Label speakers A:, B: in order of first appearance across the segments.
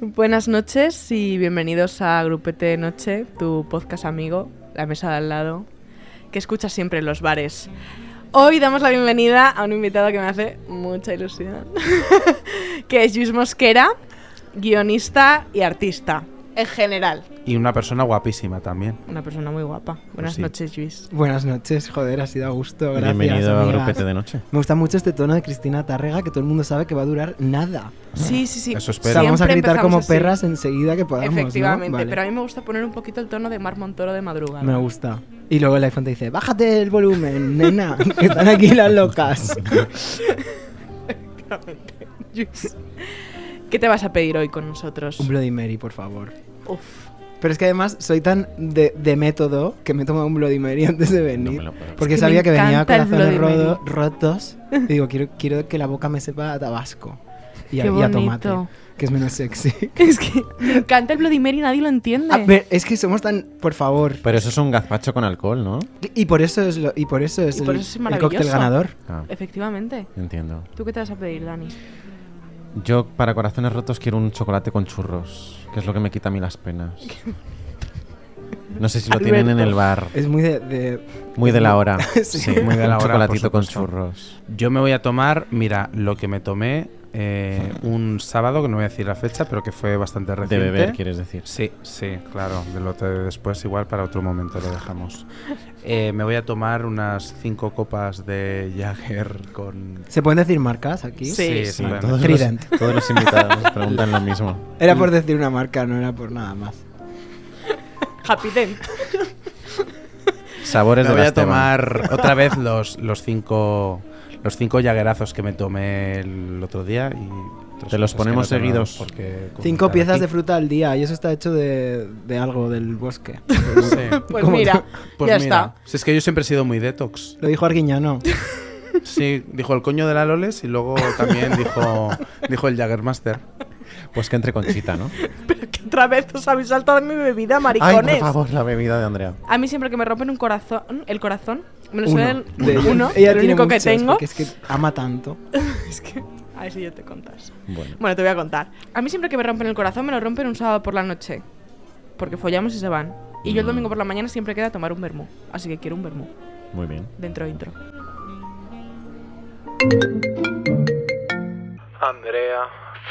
A: Buenas noches y bienvenidos a Grupete de Noche, tu podcast amigo, la mesa de al lado, que escuchas siempre en los bares. Hoy damos la bienvenida a un invitado que me hace mucha ilusión, que es Luis Mosquera, guionista y artista, en general.
B: Y una persona guapísima también.
A: Una persona muy guapa.
C: Pues
A: Buenas
B: sí.
A: noches, Luis.
C: Buenas noches, joder, ha sido a gusto, gracias.
D: Bienvenido a
C: amigas.
D: Grupete de Noche.
C: Me gusta mucho este tono de Cristina Tárrega que todo el mundo sabe que va a durar nada.
A: Sí, sí, sí.
B: Eso
C: O
B: espero.
C: sea, vamos a
A: Siempre
C: gritar como
A: empezamos así.
C: perras enseguida que podamos. ¿no?
A: Efectivamente,
C: Vale.
A: pero a mí me gusta poner un poquito el tono de Mar Montoro de madrugada.
C: Me gusta. Y luego el iPhone te dice: Bájate el volumen, nena, que están aquí las locas.
A: Efectivamente. Luis, ¿Qué te vas a pedir hoy con nosotros?
C: Un Bloody Mary, por favor.
A: Uf.
C: Pero es que además soy tan de, de método que me he tomado un Bloody Mary antes de
D: No
C: venir.
D: me lo puedo
C: Porque
A: Es que
C: sabía
A: me
C: que venía
A: encanta el
C: corazones
A: Bloody
C: rodo- rotos. Y digo, quiero, quiero que la boca me sepa a tabasco. Y, a,
A: Qué
C: y a tomate,
A: bonito.
C: que es menos sexy.
A: Es que me encanta el Bloody Mary, nadie lo entiende.
C: A ver, Ah, es que somos tan. Por favor.
D: Pero eso es un gazpacho con alcohol, ¿no?
C: Y por eso es, lo- y por eso es,
A: Y por
C: el,
A: eso es
C: el
A: maravilloso.
C: cóctel ganador.
D: Ah,
A: Efectivamente.
D: entiendo.
A: ¿Tú qué te vas a pedir, Dani?
D: Yo para corazones rotos quiero un chocolate con churros, que es lo que me quita a mí las penas. No sé si lo tienen en
A: Alberto.
D: el bar.
C: Es muy de. de-
D: Muy de la hora.
C: Sí.
D: Sí,
B: Muy de
D: un
B: la hora,
D: chocolatito
B: por
D: con
B: supuesto.
D: churros.
B: Yo me voy a tomar, mira, lo que me tomé eh, un sábado, que no voy a decir la fecha, pero que fue bastante
D: De
B: reciente.
D: beber, quieres decir.
B: Sí, sí, claro. De lo de después, igual para otro momento lo dejamos. Eh, me voy a tomar unas cinco copas de Jagger con.
C: ¿Se pueden decir marcas aquí?
A: Sí.
D: Sí,
B: bueno.
D: todos,
C: Trident.
D: los, todos los invitados nos preguntan lo mismo.
C: Era por decir una marca, no era por nada más.
A: Happy Ten.
D: Sabores
B: Me
D: de
B: voy
D: la
B: a
D: Esteban.
B: tomar otra vez los, los cinco los cinco llaguerazos que me tomé el otro día y otras
D: Te los
B: cosas
D: ponemos
B: que no tomamos
D: seguidos.
B: porque
C: Cinco
B: comentar
C: piezas
B: aquí.
C: de fruta al día, y eso está hecho de, de algo del bosque.
B: Sí.
A: Pues
C: ¿Cómo
A: mira,
B: Pues
A: ya
B: mira,
A: está.
B: Si es que yo siempre he sido muy detox.
C: Lo dijo Arguiñano.
B: Sí, dijo el coño de la Loles y luego también dijo, dijo el Jaggermaster.
D: Pues que entre conchita, ¿no?
A: Pero que otra vez os habéis saltado en mi bebida,
D: Ay,
A: maricones.
D: por favor, la bebida de Andrea.
A: A mí siempre que me rompen un corazón, el corazón, me lo
C: Uno.
A: suelen
C: De-
A: uno,
C: ella
A: el
C: tiene
A: único que
C: muchas,
A: tengo.
C: porque Es que ama tanto.
A: Es que... A ver si yo te contas.
D: Bueno.
A: Bueno, te voy a contar. A mí siempre que me rompen el corazón, me lo rompen un sábado por la noche. Porque follamos y se van. Y yo el
D: Mm.
A: domingo por la mañana siempre queda tomar un vermú. Así que quiero un vermú.
D: Muy bien.
A: Dentro intro.
E: Andrea,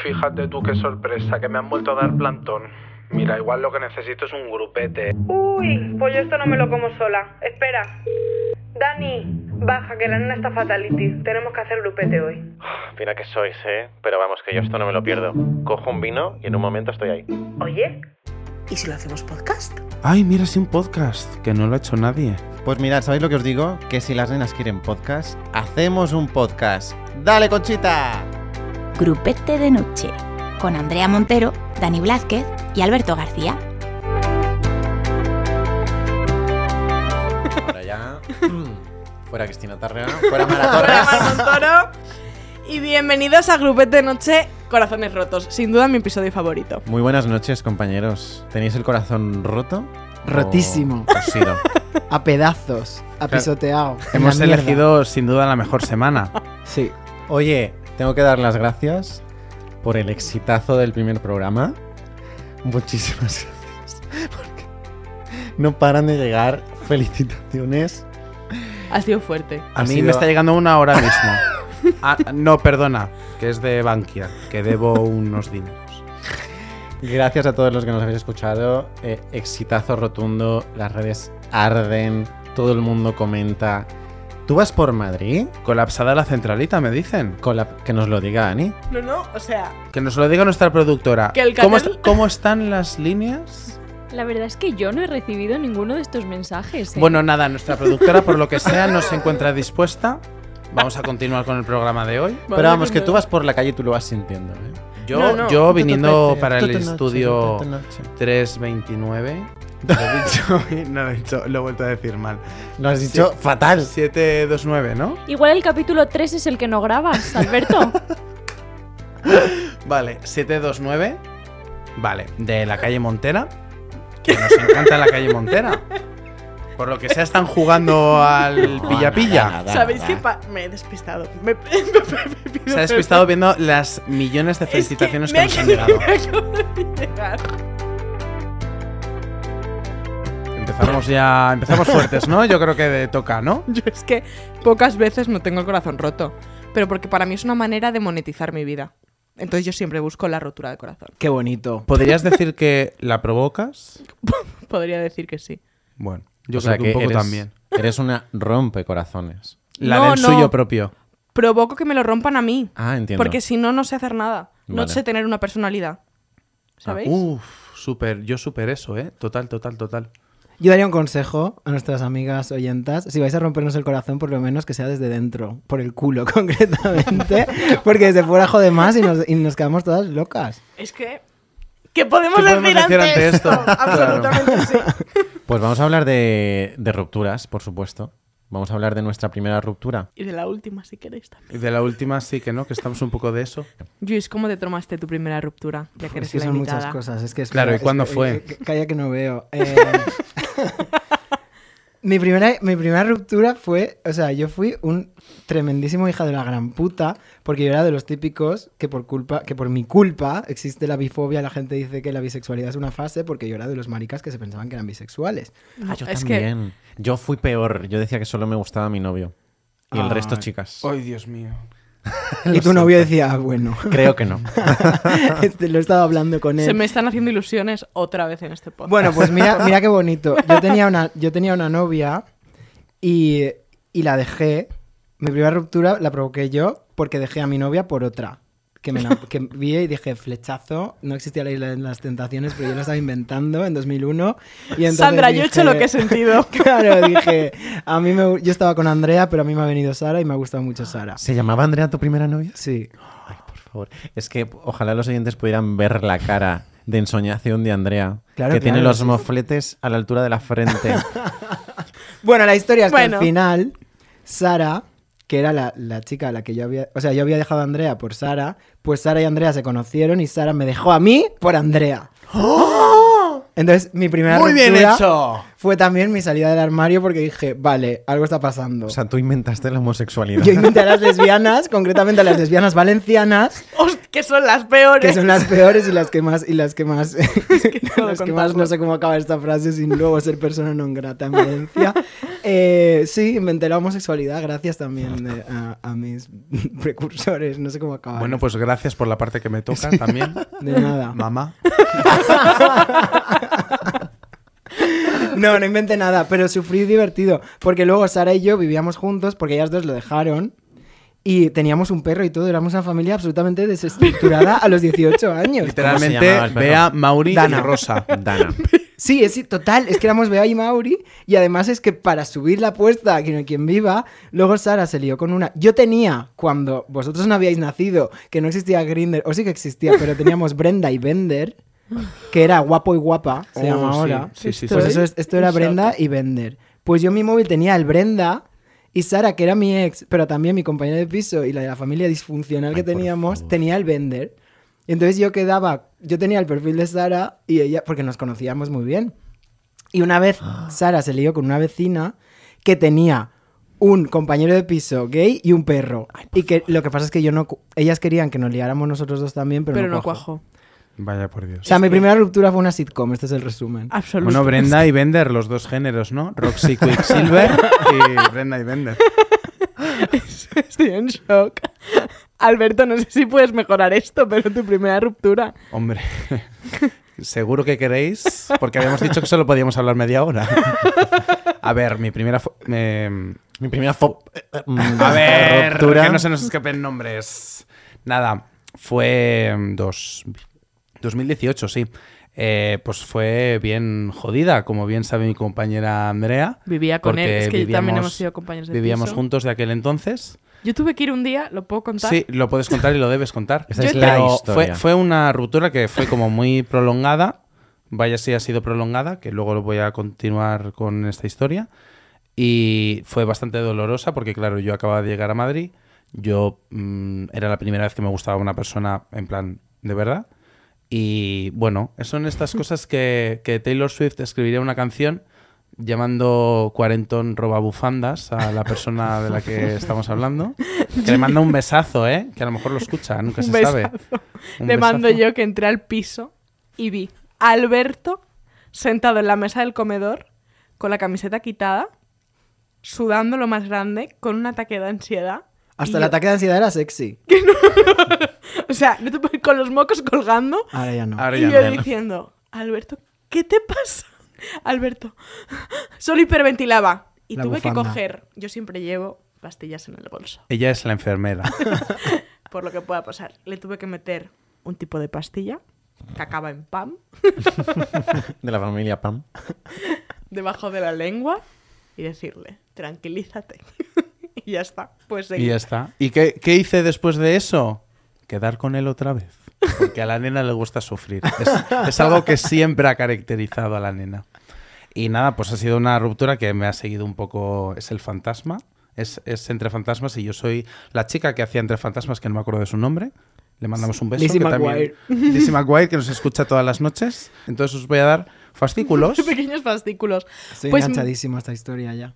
E: fíjate tú Oh, qué sorpresa, que me han vuelto a dar plantón. Mira, igual lo que necesito es un grupete.
F: Uy, pues yo esto no me lo como sola. Espera. Dani, baja, que la nena está fatality. Tenemos que hacer grupete hoy.
D: Mira que sois, ¿eh? Pero vamos, que yo esto no me lo pierdo. Cojo un vino y en un momento estoy ahí.
F: Oye, ¿y si lo hacemos podcast?
B: Ay, mira, es un podcast, que no lo ha hecho nadie.
D: Pues mirad, ¿sabéis lo que os digo? Que si las nenas quieren podcast, hacemos un podcast. ¡Dale, Conchita!
G: Grupete de Noche, con Andrea Montero, Dani Blázquez y Alberto García.
D: Ahora ya. Fuera Cristina Tarrea, fuera Mara Torres.
A: Hola, Mar Montoro. Y bienvenidos a Grupete de Noche Corazones Rotos. Sin duda mi episodio favorito.
D: Muy buenas noches, compañeros. ¿Tenéis el corazón roto? ¿O
C: Rotísimo.
D: cosido?
C: A pedazos, a pisoteado. en
B: Hemos
C: la mierda.
B: elegido sin duda la mejor semana.
C: Sí.
D: Oye, tengo que dar las gracias por el exitazo del primer programa. Muchísimas gracias. Porque no paran de llegar felicitaciones.
A: Ha sido fuerte.
B: A
D: Ha
B: mí
D: sido-
B: me está llegando una ahora mismo. Ah, no, perdona, que es de Bankia, que debo unos dineros.
D: Gracias a todos los que nos habéis escuchado. Eh, exitazo rotundo. Las redes arden. Todo el mundo comenta. ¿Tú vas por Madrid?
B: Colapsada la centralita, me dicen.
D: Con la- Que nos lo diga Ani.
A: No, no, o sea,
B: Que nos lo diga nuestra productora.
A: Que el
B: ¿Cómo,
A: cartel-
B: est- cómo están las líneas?
H: La verdad es que yo no he recibido ninguno de estos mensajes. ¿eh?
B: Bueno, nada, nuestra productora, por lo que sea, no se encuentra dispuesta. Vamos a continuar con el programa de hoy.
D: Pero vamos, que tú vas por la calle y tú lo vas sintiendo. ¿eh?
B: Yo,
A: No, no.
B: yo viniendo
D: Tutu
B: para el
D: noche,
B: estudio
D: tutu noche.
B: 329. Lo he dicho, no lo he dicho, lo he vuelto a decir mal.
D: Lo has dicho fatal.
B: 729, ¿no?
H: Igual el capítulo 3 es el que no grabas, Alberto.
B: Vale, 729. Vale, de la calle Montera. Que nos encanta la calle Montera. Por lo que sea, están jugando al pilla-pilla.
A: ¿Sabéis qué? pa- me he despistado. Me, me- me- me-
B: Se ha despistado viendo las millones de
A: Es que
B: felicitaciones que,
A: me
B: nos han
A: acabo-
B: llegado.
A: me acabo de llegar.
B: Empezamos ya, empezamos fuertes, ¿no? Yo creo que de- toca, ¿no?
A: Yo es que pocas veces no tengo el corazón roto, pero porque para mí es una manera de monetizar mi vida. Entonces yo siempre busco la rotura de corazón.
C: Qué bonito.
B: ¿Podrías decir que la provocas?
A: Podría decir que sí.
B: Bueno, yo
D: O sea
B: creo que un poco
D: eres-
B: también.
D: Eres una rompecorazones.
B: La
A: No,
B: del
A: no.
B: suyo propio.
A: Provoco que me lo rompan a mí,
D: Ah, entiendo.
A: porque si no, no sé hacer nada. No
D: Vale.
A: sé tener una personalidad.
B: Ah,
A: ¿Sabéis?
B: uh. Uf, súper, yo súper eso, ¿eh? Total, total, total.
C: Yo daría un consejo a nuestras amigas oyentas. Si vais a rompernos el corazón, por lo menos que sea desde dentro, por el culo concretamente, porque desde fuera jode más y nos, y nos quedamos todas locas.
A: Es que... ¿Qué podemos,
B: ¿Qué podemos
A: decir,
B: decir
A: ante
B: ante
A: esto?
B: esto?
A: Absolutamente sí.
D: Pues vamos a hablar de, de rupturas, por supuesto. Vamos a hablar de nuestra primera ruptura.
A: Y de la última, si queréis también.
B: Y de la última sí que no, que estamos un poco de eso.
A: Luis, ¿cómo te tomaste tu primera ruptura? Ya que
C: Es
A: eres
C: que
A: la
C: son
A: invitada.
C: muchas cosas. Es que es
B: Claro, ¿y cuándo fue?
C: Calla que no veo. Eh, mi, primera, mi primera ruptura fue, o sea, yo fui un tremendísimo hija de la gran puta, porque yo era de los típicos que por culpa, que por mi culpa existe la bifobia, la gente dice que la bisexualidad es una fase, porque yo era de los maricas que se pensaban que eran bisexuales.
B: Ah,
A: No,
D: yo
A: es que
D: también. Yo fui peor. Yo decía que solo me gustaba mi novio. Y el resto,
B: Ah.
C: Ay.
D: chicas.
B: Ay, Dios mío.
C: Y tu novio decía, "Ah, bueno,
D: Creo que no.
C: Este, lo he estado hablando con él.
A: se me están haciendo ilusiones otra vez en este podcast.
C: Bueno, pues mira, mira qué bonito. Yo tenía una, yo tenía una novia y, y la dejé. Mi primera ruptura la provoqué yo porque dejé a mi novia por otra. Que, me enam- que vi y dije, flechazo, no existía la isla de las tentaciones, pero yo la estaba inventando en 2001. Y entonces
A: Sandra, yo he hecho
C: dije-
A: lo que he sentido.
C: Claro, dije, a mí me, yo estaba con Andrea, pero a mí me ha venido Sara y me ha gustado mucho Sara.
D: ¿Se llamaba Andrea tu primera novia?
C: Sí.
D: Ay, por favor. Es que ojalá los oyentes pudieran ver la cara de ensoñación de Andrea,
C: Claro,
D: que tiene
C: claro,
D: los
C: sí.
D: mofletes a la altura de la frente.
C: Bueno, la historia es que
A: Bueno.
C: al final, Sara, que era la, la chica a la que yo había. O sea, yo había dejado a Andrea por Sara, pues Sara y Andrea se conocieron y Sara me dejó a mí por Andrea. Entonces, mi primera ruptura fue también mi salida del armario porque dije, vale, algo está pasando.
D: o sea, tú inventaste la homosexualidad.
C: yo inventé a las lesbianas, concretamente a las lesbianas valencianas,
A: Host- que son las peores.
C: que son las peores y las que más, y las que más,
A: puedo
C: las que más,
A: contarlo.
C: no sé cómo acaba esta frase sin luego ser persona non grata en Valencia. Eh, sí, inventé la homosexualidad gracias también eh, a, a mis precursores, no sé cómo acaba.
B: Bueno, pues gracias por la parte que me toca también,
C: de nada.
B: mamá.
C: No, no inventé nada, pero sufrí divertido, porque luego Sara y yo vivíamos juntos porque ellas dos lo dejaron. Y teníamos un perro y todo, éramos una familia absolutamente desestructurada a los 18 años.
B: Literalmente,
D: el perro?
B: Bea, Mauri
C: Dana.
B: y Rosa.
D: Dana.
C: Sí, es total, es que éramos Bea y Mauri y además es que para subir la apuesta a quien, quien viva, luego Sara se lió con una. Yo tenía, cuando vosotros no habíais nacido, que no existía Grinder, o sí que existía, pero teníamos Brenda y Bender, que era guapo y guapa, se
B: Oh,
C: llama
B: sí,
C: ahora.
B: sí, sí,
C: pues
B: sí.
C: eso es- esto era Brenda y Bender. Pues yo en mi móvil tenía el Brenda y Sara, que era mi ex, pero también mi compañera de piso y la de la familia disfuncional que
D: Ay, por
C: teníamos,
D: favor.
C: tenía el Bender. Y entonces yo quedaba, yo tenía el perfil de Sara y ella, porque nos conocíamos muy bien. Y una vez Sara se lió con una vecina que tenía un compañero de piso gay y un perro. y que lo que pasa es que yo no, cu- ellas querían que nos liáramos nosotros dos también, pero,
A: pero
C: no,
A: no
C: cuajó.
A: cuajo.
B: Vaya por Dios.
C: O sea, mi primera ruptura fue una sitcom, este es el resumen.
A: Absolutamente.
B: Bueno, Brenda y Bender, los dos géneros, ¿no? Roxy Quicksilver y Brenda y Bender.
A: Estoy en shock. Alberto, no sé si puedes mejorar esto, pero tu primera ruptura.
B: Hombre, seguro que queréis, porque habíamos dicho que solo podíamos hablar media hora. A ver, mi primera... fo- em,
D: Mi primera fo- eh, mm,
B: A ver,
D: ruptura.
B: que no se nos escapen nombres. Nada, fue mm, dos, 2018, sí. Eh, pues fue bien jodida, como bien sabe mi compañera Andrea.
A: Vivía con él,
B: porque
A: es que también
B: vivíamos-
A: hemos sido compañeros de
B: Vivíamos
A: piso.
B: juntos de aquel entonces.
A: Yo tuve que ir un día, ¿lo puedo contar?
B: Sí, lo puedes contar y lo debes contar.
D: Esa
A: Yo
D: es
A: te-
D: la
B: Pero
D: historia.
B: Fue, fue una ruptura que fue como muy prolongada. Vaya si ha sido prolongada, que luego lo voy a continuar con esta historia. Y fue bastante dolorosa porque, claro, yo acababa de llegar a Madrid. Yo mm, era la primera vez que me gustaba una persona en plan de verdad. Y bueno, son estas cosas que, que Taylor Swift escribiría una canción llamando cuarentón roba bufandas a la persona de la que estamos hablando. Que le manda un besazo, ¿eh? Que a lo mejor lo escucha, nunca
A: Un
B: se
A: besazo.
B: sabe. Un
A: Le mando
B: besazo.
A: yo que entré al piso y vi a Alberto sentado en la mesa del comedor con la camiseta quitada, sudando lo más grande, con un ataque de ansiedad.
C: Hasta
A: Y
C: el
A: yo-
C: ataque de ansiedad era sexy.
A: O sea, no te puedes- con los mocos colgando
C: Ahora ya no.
B: Ahora ya
A: y yo
B: no.
A: diciendo, Alberto, ¿qué te pasa? Alberto, solo hiperventilaba. Y
C: La
A: tuve que
C: bufanda.
A: coger, yo siempre llevo pastillas en el bolso,
B: Ella es la enfermera.
A: por lo que pueda pasar. Le tuve que meter un tipo de pastilla que acaba en PAM,
D: De la familia Pam.
A: debajo de la lengua y decirle, tranquilízate. y ya está, pues
B: y
A: seguí.
B: ya está. ¿Y qué, qué hice después de eso? Quedar con él otra vez. Porque a la nena le gusta sufrir. Es, es algo que siempre ha caracterizado a la nena. Y nada, pues ha sido una ruptura que me ha seguido un poco. Es el fantasma. Es, es entre fantasmas y yo soy la chica que hacía entre fantasmas, que no me acuerdo de su nombre. Le mandamos un beso.
C: Lizzie
B: que también- Lizzie McGuire, que nos escucha todas las noches. Entonces os voy a dar fascículos.
A: Pequeños fascículos.
C: Estoy
A: Pues-
C: enganchadísimo a esta historia ya.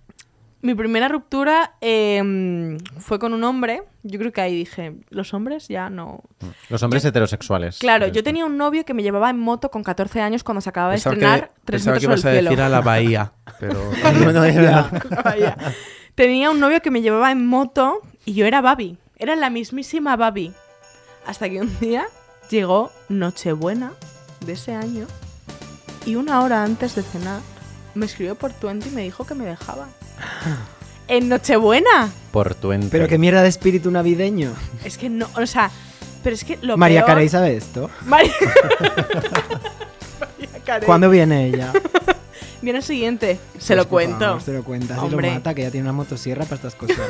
A: Mi primera ruptura eh, fue con un hombre. Yo creo que ahí dije, los hombres ya no,
D: Los hombres heterosexuales.
A: Claro,
D: Eres
A: yo
D: tú.
A: tenía un novio que me llevaba en moto con 14 años cuando se acababa de
B: Pensaba que-
A: estrenar Tres
B: pensaba
A: metros
B: que
A: sobre el cielo.
B: ibas a decir a la bahía. Pero
D: No, no, era-
A: Vaya. Tenía un novio que me llevaba en moto y yo era Babi. Era la mismísima Babi. Hasta que un día llegó Nochebuena de ese año y una hora antes de cenar me escribió por Twenty y me dijo que me dejaba. ¡En Nochebuena!
D: Por tu ente.
C: Pero qué mierda de espíritu navideño.
A: Es que no, o sea, pero es que lo
C: María
A: peor-
C: Carey sabe esto.
A: María, María Carey.
C: ¿Cuándo viene ella?
A: Viene el siguiente, se lo
C: Pues, por
A: cuento.
C: favor, se lo cuentas y
A: Hombre.
C: lo mata, que ya tiene una motosierra para estas cosas.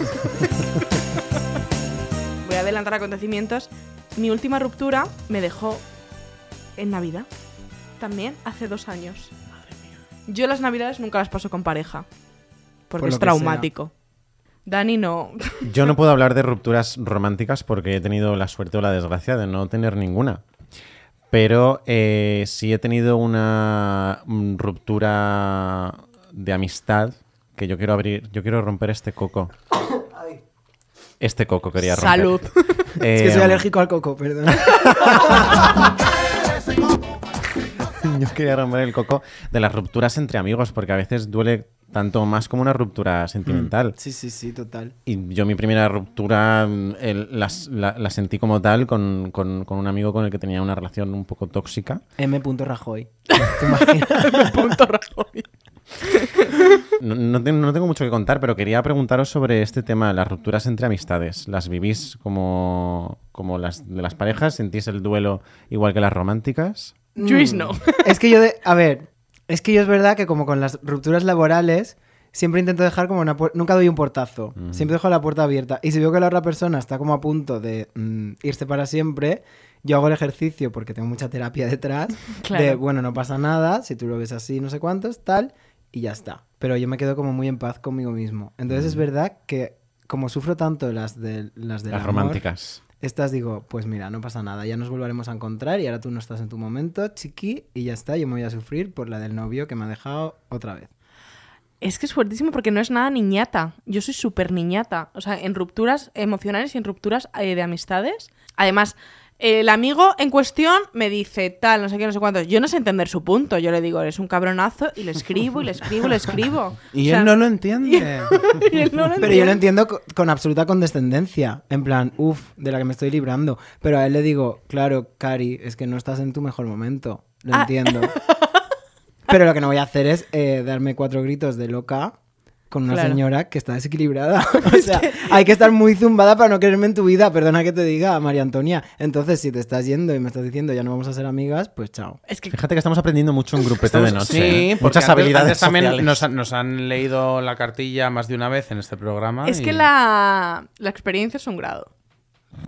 A: voy a adelantar acontecimientos. Mi última ruptura me dejó en Navidad. También hace dos años. Yo las Navidades nunca las paso con pareja. Porque
C: Por lo
A: es
C: que
A: traumático. Dani no.
D: Yo no puedo hablar de rupturas románticas porque he tenido la suerte o la desgracia de no tener ninguna. Pero eh, sí he tenido una mm, ruptura de amistad que yo quiero abrir. Yo quiero romper este coco. Este coco quería romper.
A: Salud.
C: es
A: Eh,
C: que
A: um,
C: soy
D: Em,
C: alérgico al coco, perdón.
D: Yo quería romper el coco de las rupturas entre amigos, porque a veces duele tanto o más como una ruptura sentimental.
C: Sí, sí, sí, total.
D: Y yo mi primera ruptura mm, el- las- la, la sentí como tal con, con- con un amigo con el que tenía una relación un poco tóxica.
C: M. Rajoy. ¿Te imaginas?
A: Punto Rajoy.
D: No, no te- no tengo mucho que contar, pero quería preguntaros sobre este tema, las rupturas entre amistades. ¿Las vivís como, como las de las parejas? ¿Sentís el duelo igual que las románticas?
C: Mm.
A: Luis no.
C: es que yo, de- a ver, es que yo es verdad que como con las rupturas laborales, siempre intento dejar como una puerta, nunca doy un portazo, siempre dejo la puerta abierta. Y si veo que la otra persona está como a punto de mm, irse para siempre, yo hago el ejercicio porque tengo mucha terapia detrás,
A: Claro.
C: de bueno, no pasa nada, si tú lo ves así, no sé cuántos, tal, y ya está. Pero yo me quedo como muy en paz conmigo mismo. Entonces es verdad que como sufro tanto las de las, de
D: las románticas.
C: estas digo, pues mira, no pasa nada, ya nos volveremos a encontrar y ahora tú no estás en tu momento, chiqui, y ya está, yo me voy a sufrir por la del novio que me ha dejado otra vez.
A: Es que es fuertísimo porque no es nada niñata. Yo soy súper niñata. O sea, en rupturas emocionales y en rupturas eh, de amistades. Además, el amigo en cuestión me dice tal, no sé qué, no sé cuánto. Yo no sé entender su punto. Yo le digo, eres un cabronazo y le escribo y le escribo y le escribo.
B: Y
A: O sea,
B: él no lo entiende.
A: y él no lo
C: Pero yo
A: entiende.
C: lo entiendo co- con absoluta condescendencia, en plan, uff, de la que me estoy librando. Pero a él le digo, claro, Cari, es que no estás en tu mejor momento, lo
A: Ah.
C: entiendo. Pero lo que no voy a hacer es eh, darme cuatro gritos de loca con una
A: Claro.
C: señora que está desequilibrada. o sea, hay que estar muy zumbada para no quererme en tu vida, perdona que te diga, María Antonia. Entonces, si te estás yendo y me estás diciendo ya no vamos a ser amigas, pues chao.
A: Es que
D: Fíjate que estamos aprendiendo mucho en grupete de noche. ¿eh?
B: Sí, porque
D: Muchas
B: antes-
D: habilidades
B: antes también
D: sociales.
B: Nos, han- nos han leído la cartilla más de una vez en este programa.
A: Es
B: y-
A: que la, la experiencia es un grado.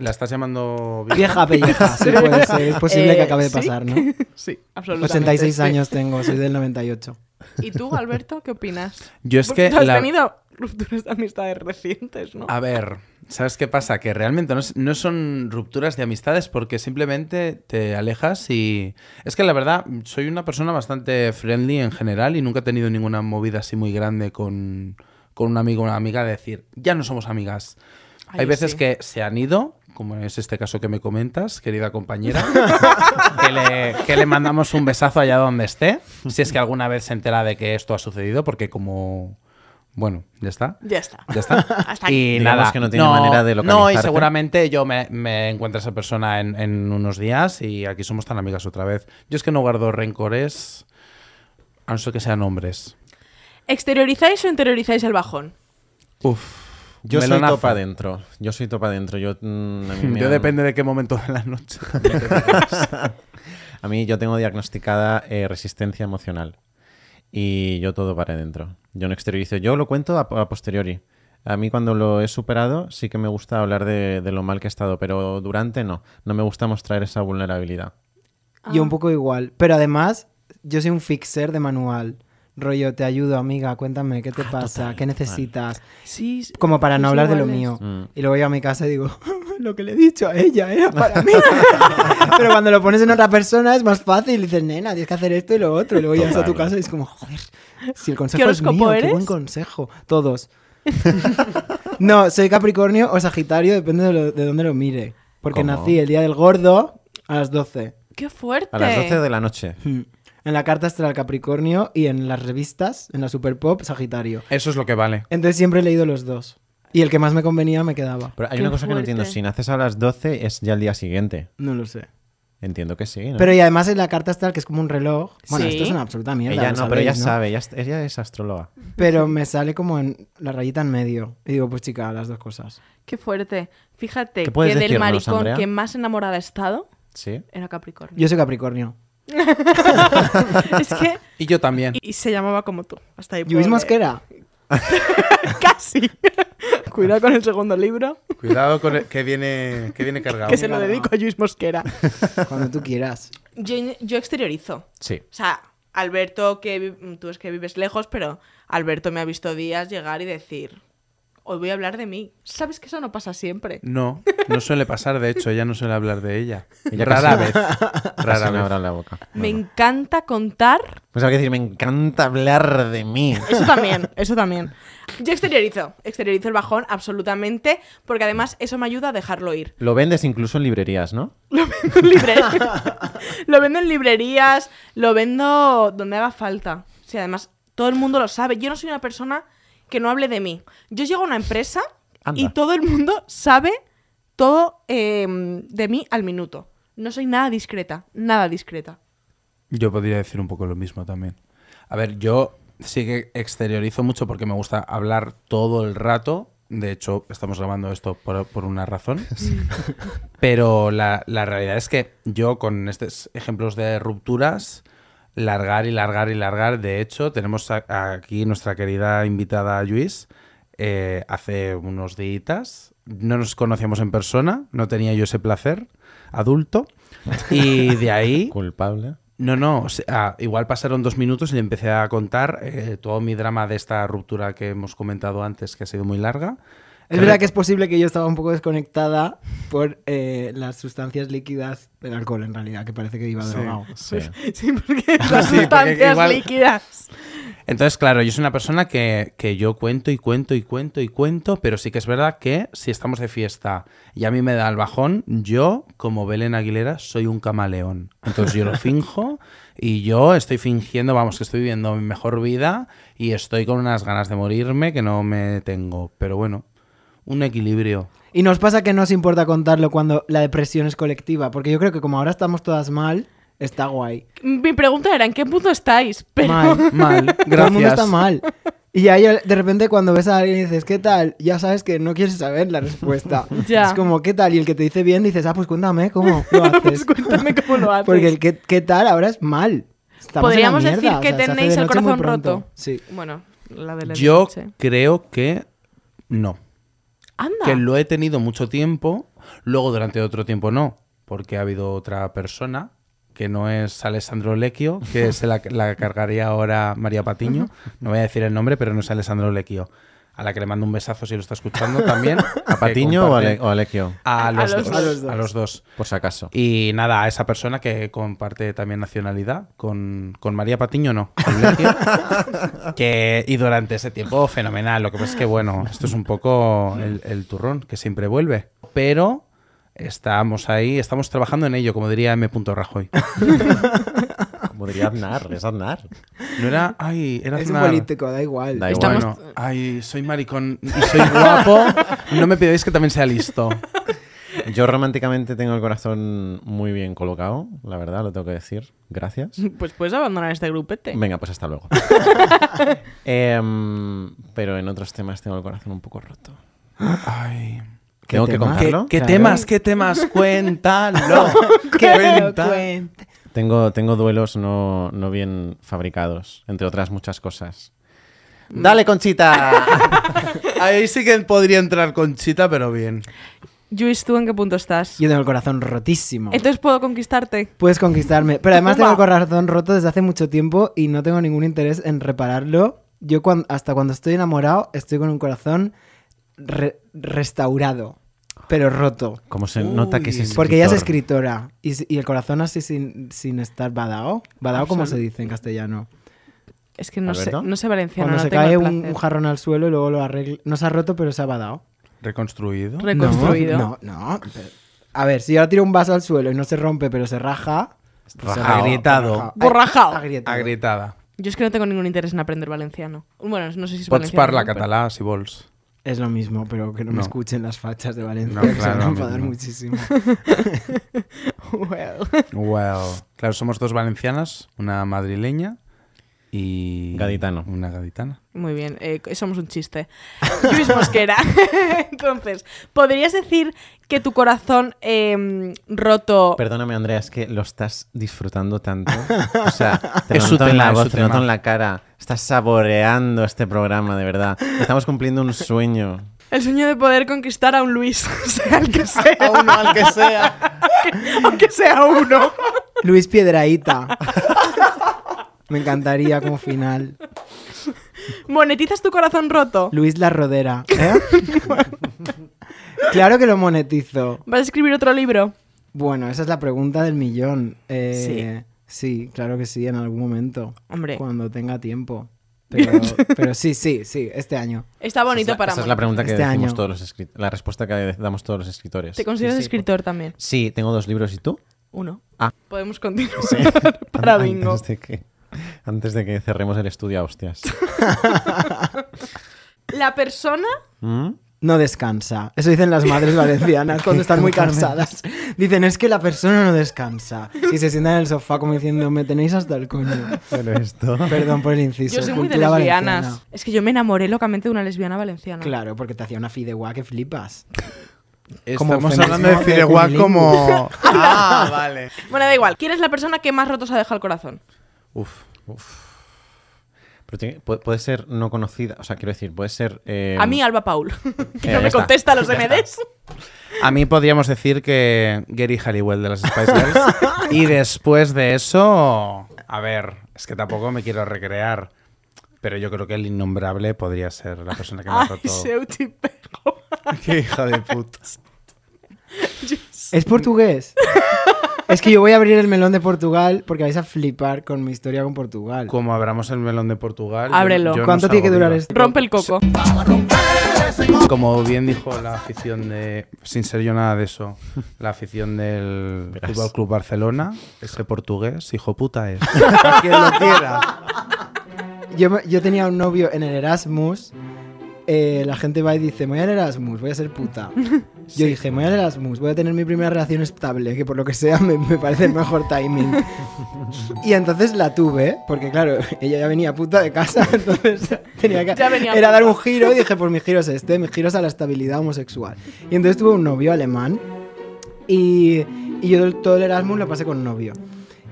B: La estás llamando...
C: Vieja pelleja, sí puede ser, es posible
A: Eh,
C: que acabe de
A: sí.
C: pasar, ¿no?
A: Sí, absolutamente.
C: 86
A: sí.
C: años tengo, soy del 98.
A: ¿Y tú, Alberto, qué opinas?
B: Yo es
A: Porque
B: que
A: tú has
B: la-
A: tenido rupturas de amistades recientes, ¿no?
B: A ver, ¿sabes qué pasa? Que realmente no, es- no son rupturas de amistades porque simplemente te alejas y... Es que la verdad, soy una persona bastante friendly en general y nunca he tenido ninguna movida así muy grande con, con un amigo o una amiga de decir, ya no somos amigas.
A: Ay,
B: Hay veces
A: sí.
B: que se han ido, como es este caso que me comentas, querida compañera, que, le, que le mandamos un besazo allá donde esté, si es que alguna vez se entera de que esto ha sucedido, porque como... Bueno, ya está.
A: Ya está.
B: Ya está.
A: Hasta
B: Y
D: Digamos
B: nada.
D: que no tiene manera de
B: No, y
D: localizarte.
B: seguramente yo me, me encuentro a esa persona en, en unos días y aquí somos tan amigas otra vez. Yo es que no guardo rencores, a no ser que sean hombres.
A: ¿Exteriorizáis o interiorizáis el bajón?
B: Uf.
D: Yo
B: melonazo.
D: soy topa adentro. Yo soy topa adentro. Yo, mm, a mí me
B: Yo
D: han-
B: depende de qué momento de la noche.
D: A mí yo tengo diagnosticada eh, resistencia emocional. Y yo todo para adentro. Yo no exteriorizo. Yo lo cuento a, a posteriori. A mí cuando lo he superado sí que me gusta hablar de, de lo mal que he estado, pero durante no. No me gusta mostrar esa vulnerabilidad.
A: Ah.
C: Yo un poco igual. Pero además, yo soy un fixer de manual. Rollo, te ayudo, amiga, cuéntame, ¿qué
D: Ah,
C: te pasa? ¿Qué necesitas?
A: Sí.
C: Como para no
A: Somos
C: hablar de lo
A: Pues iguales.
C: mío.
D: Mm.
C: Y luego llego a mi casa y digo, lo que le he dicho a ella era para mí. Pero cuando lo pones en otra persona es más fácil. Dices, nena, tienes que hacer esto y lo otro. Y luego llegas a tu
D: Total.
C: casa y es como, joder, si el consejo es
A: horóscopo
C: mío, qué
A: eres?
C: buen consejo. Todos. no, soy Capricornio o Sagitario, depende de, lo- de dónde lo mire. Porque
D: ¿Cómo?
C: nací el día del gordo a las 12.
A: ¡Qué fuerte!
D: A las 12 de la noche.
C: Hmm. En la carta astral Capricornio y en las revistas, en la Super Pop, Sagitario.
B: Eso es lo que vale.
C: Entonces siempre he leído los dos. Y el que más me convenía me quedaba.
D: Pero hay
A: Qué
D: una cosa que no
A: fuerte.
D: entiendo. Si naces a las 12 es ya el día siguiente.
C: No lo sé.
D: Entiendo que sí. ¿no?
C: Pero y además en la carta astral, que es como un reloj. Bueno,
A: Sí.
C: esto es una absoluta mierda.
D: ella
C: lo
D: no, pero ella
C: sabéis, ¿no?
D: sabe. Ella, es- ella es astróloga.
C: Pero me sale como en la rayita en medio. Y digo, pues chica, las dos cosas.
A: ¡Qué fuerte! Fíjate
D: ¿Qué puedes
A: que del
D: decirnos,
A: maricón
D: Andrea?
A: que más enamorada he estado
D: Sí.
A: era Capricornio.
C: Yo soy Capricornio.
A: es que...
B: Y yo también.
A: Y, y se llamaba como tú. Hasta ahí
C: Luis
A: puedo leer.
C: Mosquera.
A: Casi. Cuidado con el segundo libro,
B: Cuidado con el- que viene, que viene cargado.
A: que se lo dedico a Luis Mosquera.
C: Cuando tú quieras.
A: Yo, yo exteriorizo.
D: Sí.
A: O sea, Alberto, que vi- tú es que vives lejos, pero Alberto me ha visto días llegar y decir, hoy voy a hablar de mí. Sabes que eso no pasa siempre.
B: No, no suele pasar, de hecho, ella no suele hablar de ella.
D: Ella
B: Rara
D: casi-
B: vez. Rara
D: Casi me
B: vez.
D: abran la boca.
A: Me
D: Bueno.
A: encanta contar.
D: Pues hay que decir, me encanta hablar de mí.
A: Eso también, eso también. Yo exteriorizo, exteriorizo el bajón absolutamente, porque además eso me ayuda a dejarlo ir.
D: Lo vendes incluso en librerías, ¿no?
A: Lo vendo en, libre- lo vendo en librerías, lo vendo donde haga falta. Sí, además, todo el mundo lo sabe. Yo no soy una persona que no hable de mí. Yo llego a una empresa
D: Anda.
A: y todo el mundo sabe todo eh, de mí al minuto. No soy nada discreta, nada discreta.
B: Yo podría decir un poco lo mismo también. A ver, yo sí que exteriorizo mucho porque me gusta hablar todo el rato. De hecho, estamos grabando esto por, por una razón. Pero la, la realidad es que yo con estos ejemplos de rupturas, largar y largar y largar. De hecho, tenemos a- aquí nuestra querida invitada Luis. eh, hace unos días no nos conocíamos en persona, no tenía yo ese placer adulto. Y de ahí
D: Culpable.
B: no, no, o sea, igual pasaron dos minutos y le empecé a contar eh, todo mi drama de esta ruptura que hemos comentado antes, que ha sido muy larga.
C: Es verdad que es posible que yo estaba un poco desconectada por eh, las sustancias líquidas del alcohol, en realidad, que parece que iba drogado.
D: Sí.
A: Sí, porque las
B: Sí, porque
A: sustancias
B: igual-
A: líquidas.
B: Entonces, claro, yo soy una persona que, que yo cuento y cuento y cuento y cuento, pero sí que es verdad que si estamos de fiesta y a mí me da el bajón, yo, como Belén Aguilera, soy un camaleón. Entonces yo lo finjo y yo estoy fingiendo, vamos, que estoy viviendo mi mejor vida y estoy con unas ganas de morirme que no me tengo. Pero bueno, un equilibrio.
C: Y nos pasa que no os importa contarlo cuando la depresión es colectiva, porque yo creo que como ahora estamos todas mal, está guay.
A: Mi pregunta era, ¿en qué punto estáis? Pero
C: Mal.
B: Mal, gracias.
C: Todo el mundo está mal. Y ahí de repente cuando ves a alguien y dices, ¿qué tal? Ya sabes que no quieres saber la respuesta.
A: Ya.
C: Es como, ¿qué tal? Y el que te dice bien dices, ah, pues cuéntame cómo lo haces.
A: pues cuéntame cómo lo haces.
C: Porque el que, ¿qué tal? Ahora es mal. Estamos en la
A: Podríamos
C: mierda,
A: decir
C: o
A: que
C: sea, se hace de
A: tenéis el
C: noche muy
A: corazón
C: pronto.
A: roto.
C: Sí.
A: Bueno, la de la
B: Yo
A: leche.
B: creo que no.
A: Anda.
B: Que lo he tenido mucho tiempo, luego durante otro tiempo no, porque ha habido otra persona que no es Alessandro Lecchio, que se la, la cargaría ahora María Patiño. No voy a decir el nombre, pero no es Alessandro Lecchio. A la que le mando un besazo si lo está escuchando también.
D: ¿A
B: que
D: Patiño o a,
B: comparte-
D: Ale- o a Alequio?
B: A
A: A
B: los,
A: los
B: dos,
A: dos.
B: a los dos.
D: Por si acaso.
B: Y nada, a esa persona que comparte también nacionalidad con, con María Patiño, no. con Lecchio, que, y durante ese tiempo, fenomenal. Lo que pasa es que, bueno, esto es un poco el, el turrón que siempre vuelve. Pero estamos ahí, estamos trabajando en ello, como diría M. Rajoy.
D: Como diría Aznar, es Aznar.
B: No era. Ay, era
C: Es un
B: Aznar.
C: político, da igual.
D: Da igual.
B: Estamos... Bueno, ay, soy maricón y soy guapo. No me pidáis que también sea listo.
D: Yo románticamente tengo el corazón muy bien colocado, la verdad, lo tengo que decir. Gracias.
A: Pues puedes abandonar este grupete.
D: Venga, pues hasta luego. Em, pero en otros temas tengo el corazón un poco roto.
B: Ay.
C: ¿Qué
D: tengo que
C: tema?
B: ¿Qué,
D: contarlo.
B: qué
C: Claro.
B: temas? ¿Qué temas? Cuéntalo.
C: Cuenta.
D: Tengo, tengo duelos no, no bien fabricados, entre otras muchas cosas. ¡Dale, Conchita!
B: Ahí sí que podría entrar Conchita, pero bien.
A: Luis, ¿tú en qué punto estás?
C: Yo tengo el corazón rotísimo.
A: Entonces puedo conquistarte.
C: Puedes conquistarme. Pero además tengo el
A: Toma.
C: corazón roto desde hace mucho tiempo y no tengo ningún interés en repararlo. Yo cuan- hasta cuando estoy enamorado estoy con un corazón re- restaurado, pero roto.
D: Como se nota que
B: Uy.
D: es
C: Porque ella es
D: escritor.
C: escritora y, s- y el corazón así sin, sin estar badao. Badao como se dice en castellano.
A: Es que no
D: ¿Alberto?
A: sé, no sé valenciano.
C: Cuando
A: no
C: se
A: tengo
C: cae
A: el
C: un,
A: placer.
C: un jarrón al suelo y luego lo arregla. No se ha roto, pero se ha badao.
B: Reconstruido.
A: reconstruido.
C: No, no. no. A ver, si yo tiro un vaso al suelo y no se rompe, pero se raja. pues se
B: Rajao.
C: raja.
B: Agrietado.
C: Rajao.
A: Borrajao.
C: Agrietado.
B: Agrietada.
A: Yo es que no tengo ningún interés en aprender valenciano. Bueno, no sé si es
B: Pots
A: valenciano.
B: parla
A: pero-
B: catalá, si vols.
C: Es lo mismo, pero que no, me
B: No.
C: escuchen las fachas de Valencia,
B: No,
C: que se
B: claro,
C: van a
B: lo
C: enfadar
B: mismo.
C: muchísimo.
A: Well.
B: Wow. Claro, somos dos valencianas, una madrileña y...
D: Gaditano.
B: Una gaditana.
A: Muy bien, eh, somos un chiste. Luis Mosquera. Entonces, ¿podrías decir que tu corazón em, roto...
D: Perdóname, Andrea, es que lo estás disfrutando tanto. O sea, te
B: Es
D: lo
B: su
D: noto en
B: tema,
D: la
B: es
D: voz,
B: su
D: te lo noto
B: tema.
D: en la cara. Estás saboreando este programa, de verdad. Estamos cumpliendo un sueño.
A: El sueño de poder conquistar a un Luis, sea el que sea,
D: A uno, al que sea.
A: aunque sea uno.
C: Luis Piedraíta. Me encantaría como final.
A: ¿Monetizas tu corazón roto?
C: Luis La Rodera. ¿eh? claro que lo monetizo.
A: ¿Vas a escribir otro libro?
C: Bueno, esa es la pregunta del millón. Eh, sí. claro que sí, en algún momento.
A: Hombre.
C: Cuando tenga tiempo. Pero, pero sí, sí, sí, este año.
A: Está bonito
D: Esa es la-
A: para
D: Esa es la
A: monetizar.
D: pregunta que
C: Este
D: decimos
C: año.
D: todos los escritores. La respuesta que damos todos los escritores.
A: ¿Te consideras escritor también?
D: Sí, tengo dos libros. ¿Y tú?
A: Uno.
D: Ah.
A: Podemos continuar
D: Sí.
A: para
D: An-
A: bingo.
D: Antes de, que, antes de que cerremos el estudio a hostias.
A: La persona...
D: ¿Mm?
C: No descansa. Eso dicen las madres valencianas cuando están muy cansadas. Dicen, es que la persona no descansa. Y se sientan en el sofá como diciendo, me tenéis hasta el coño.
D: Bueno, esto.
C: Perdón por el inciso.
A: Yo soy muy de
C: cultura
A: lesbianas.
C: valenciana.
A: Es que yo me enamoré locamente de una lesbiana valenciana.
C: Claro, porque te hacía una fideuá que flipas. Como
B: Estamos
C: feminismo
B: hablando de
C: de
B: Fideuá
C: cunilingüe.
B: como... ah, vale.
A: Bueno, da igual. ¿Quién es la persona que más rotos ha dejado el corazón?
B: Uf.
D: Pero tiene- pu- puede ser no conocida. O sea, quiero decir, puede ser. eh,
A: A mí, Alba Paul. que
D: ya
A: no me
D: está.
A: contesta a los MDs.
B: A mí podríamos decir que Gary Halliwell de las Spice Girls. y después de eso, a ver, es que tampoco me quiero recrear, pero yo creo que el innombrable podría ser la persona que me ha
A: Ay,
B: roto.
A: Seuti Perro.
B: Qué hija de puta.
C: ¿Es portugués? es que yo voy a abrir el melón de Portugal porque vais a flipar con mi historia con Portugal.
B: Como abramos el melón de Portugal. yo-
A: Ábrelo.
B: yo no
C: ¿Cuánto tiene que
B: salgo
C: durar este? esto?
B: viva.
A: Rompe el coco.
B: Como bien dijo la afición de, sin ser yo nada de eso, la afición del
D: Verás.
B: Fútbol Club Barcelona, ese portugués, hijo puta es. A quien lo quiera.
C: Yo, me- yo tenía un novio en el Erasmus. eh, la gente va y dice, me voy al Erasmus, voy a ser puta. Yo dije, me voy al Erasmus, voy a tener mi primera relación estable, que por lo que sea me, me parece el mejor timing. Y entonces la tuve, porque claro, ella ya venía puta de casa, entonces tenía que
A: Ya venía
C: era dar
A: puta.
C: un giro y dije, pues mi giro es este, mi giro es a la estabilidad homosexual. Y entonces tuve un novio alemán y, y yo del- todo el Erasmus lo pasé con novio.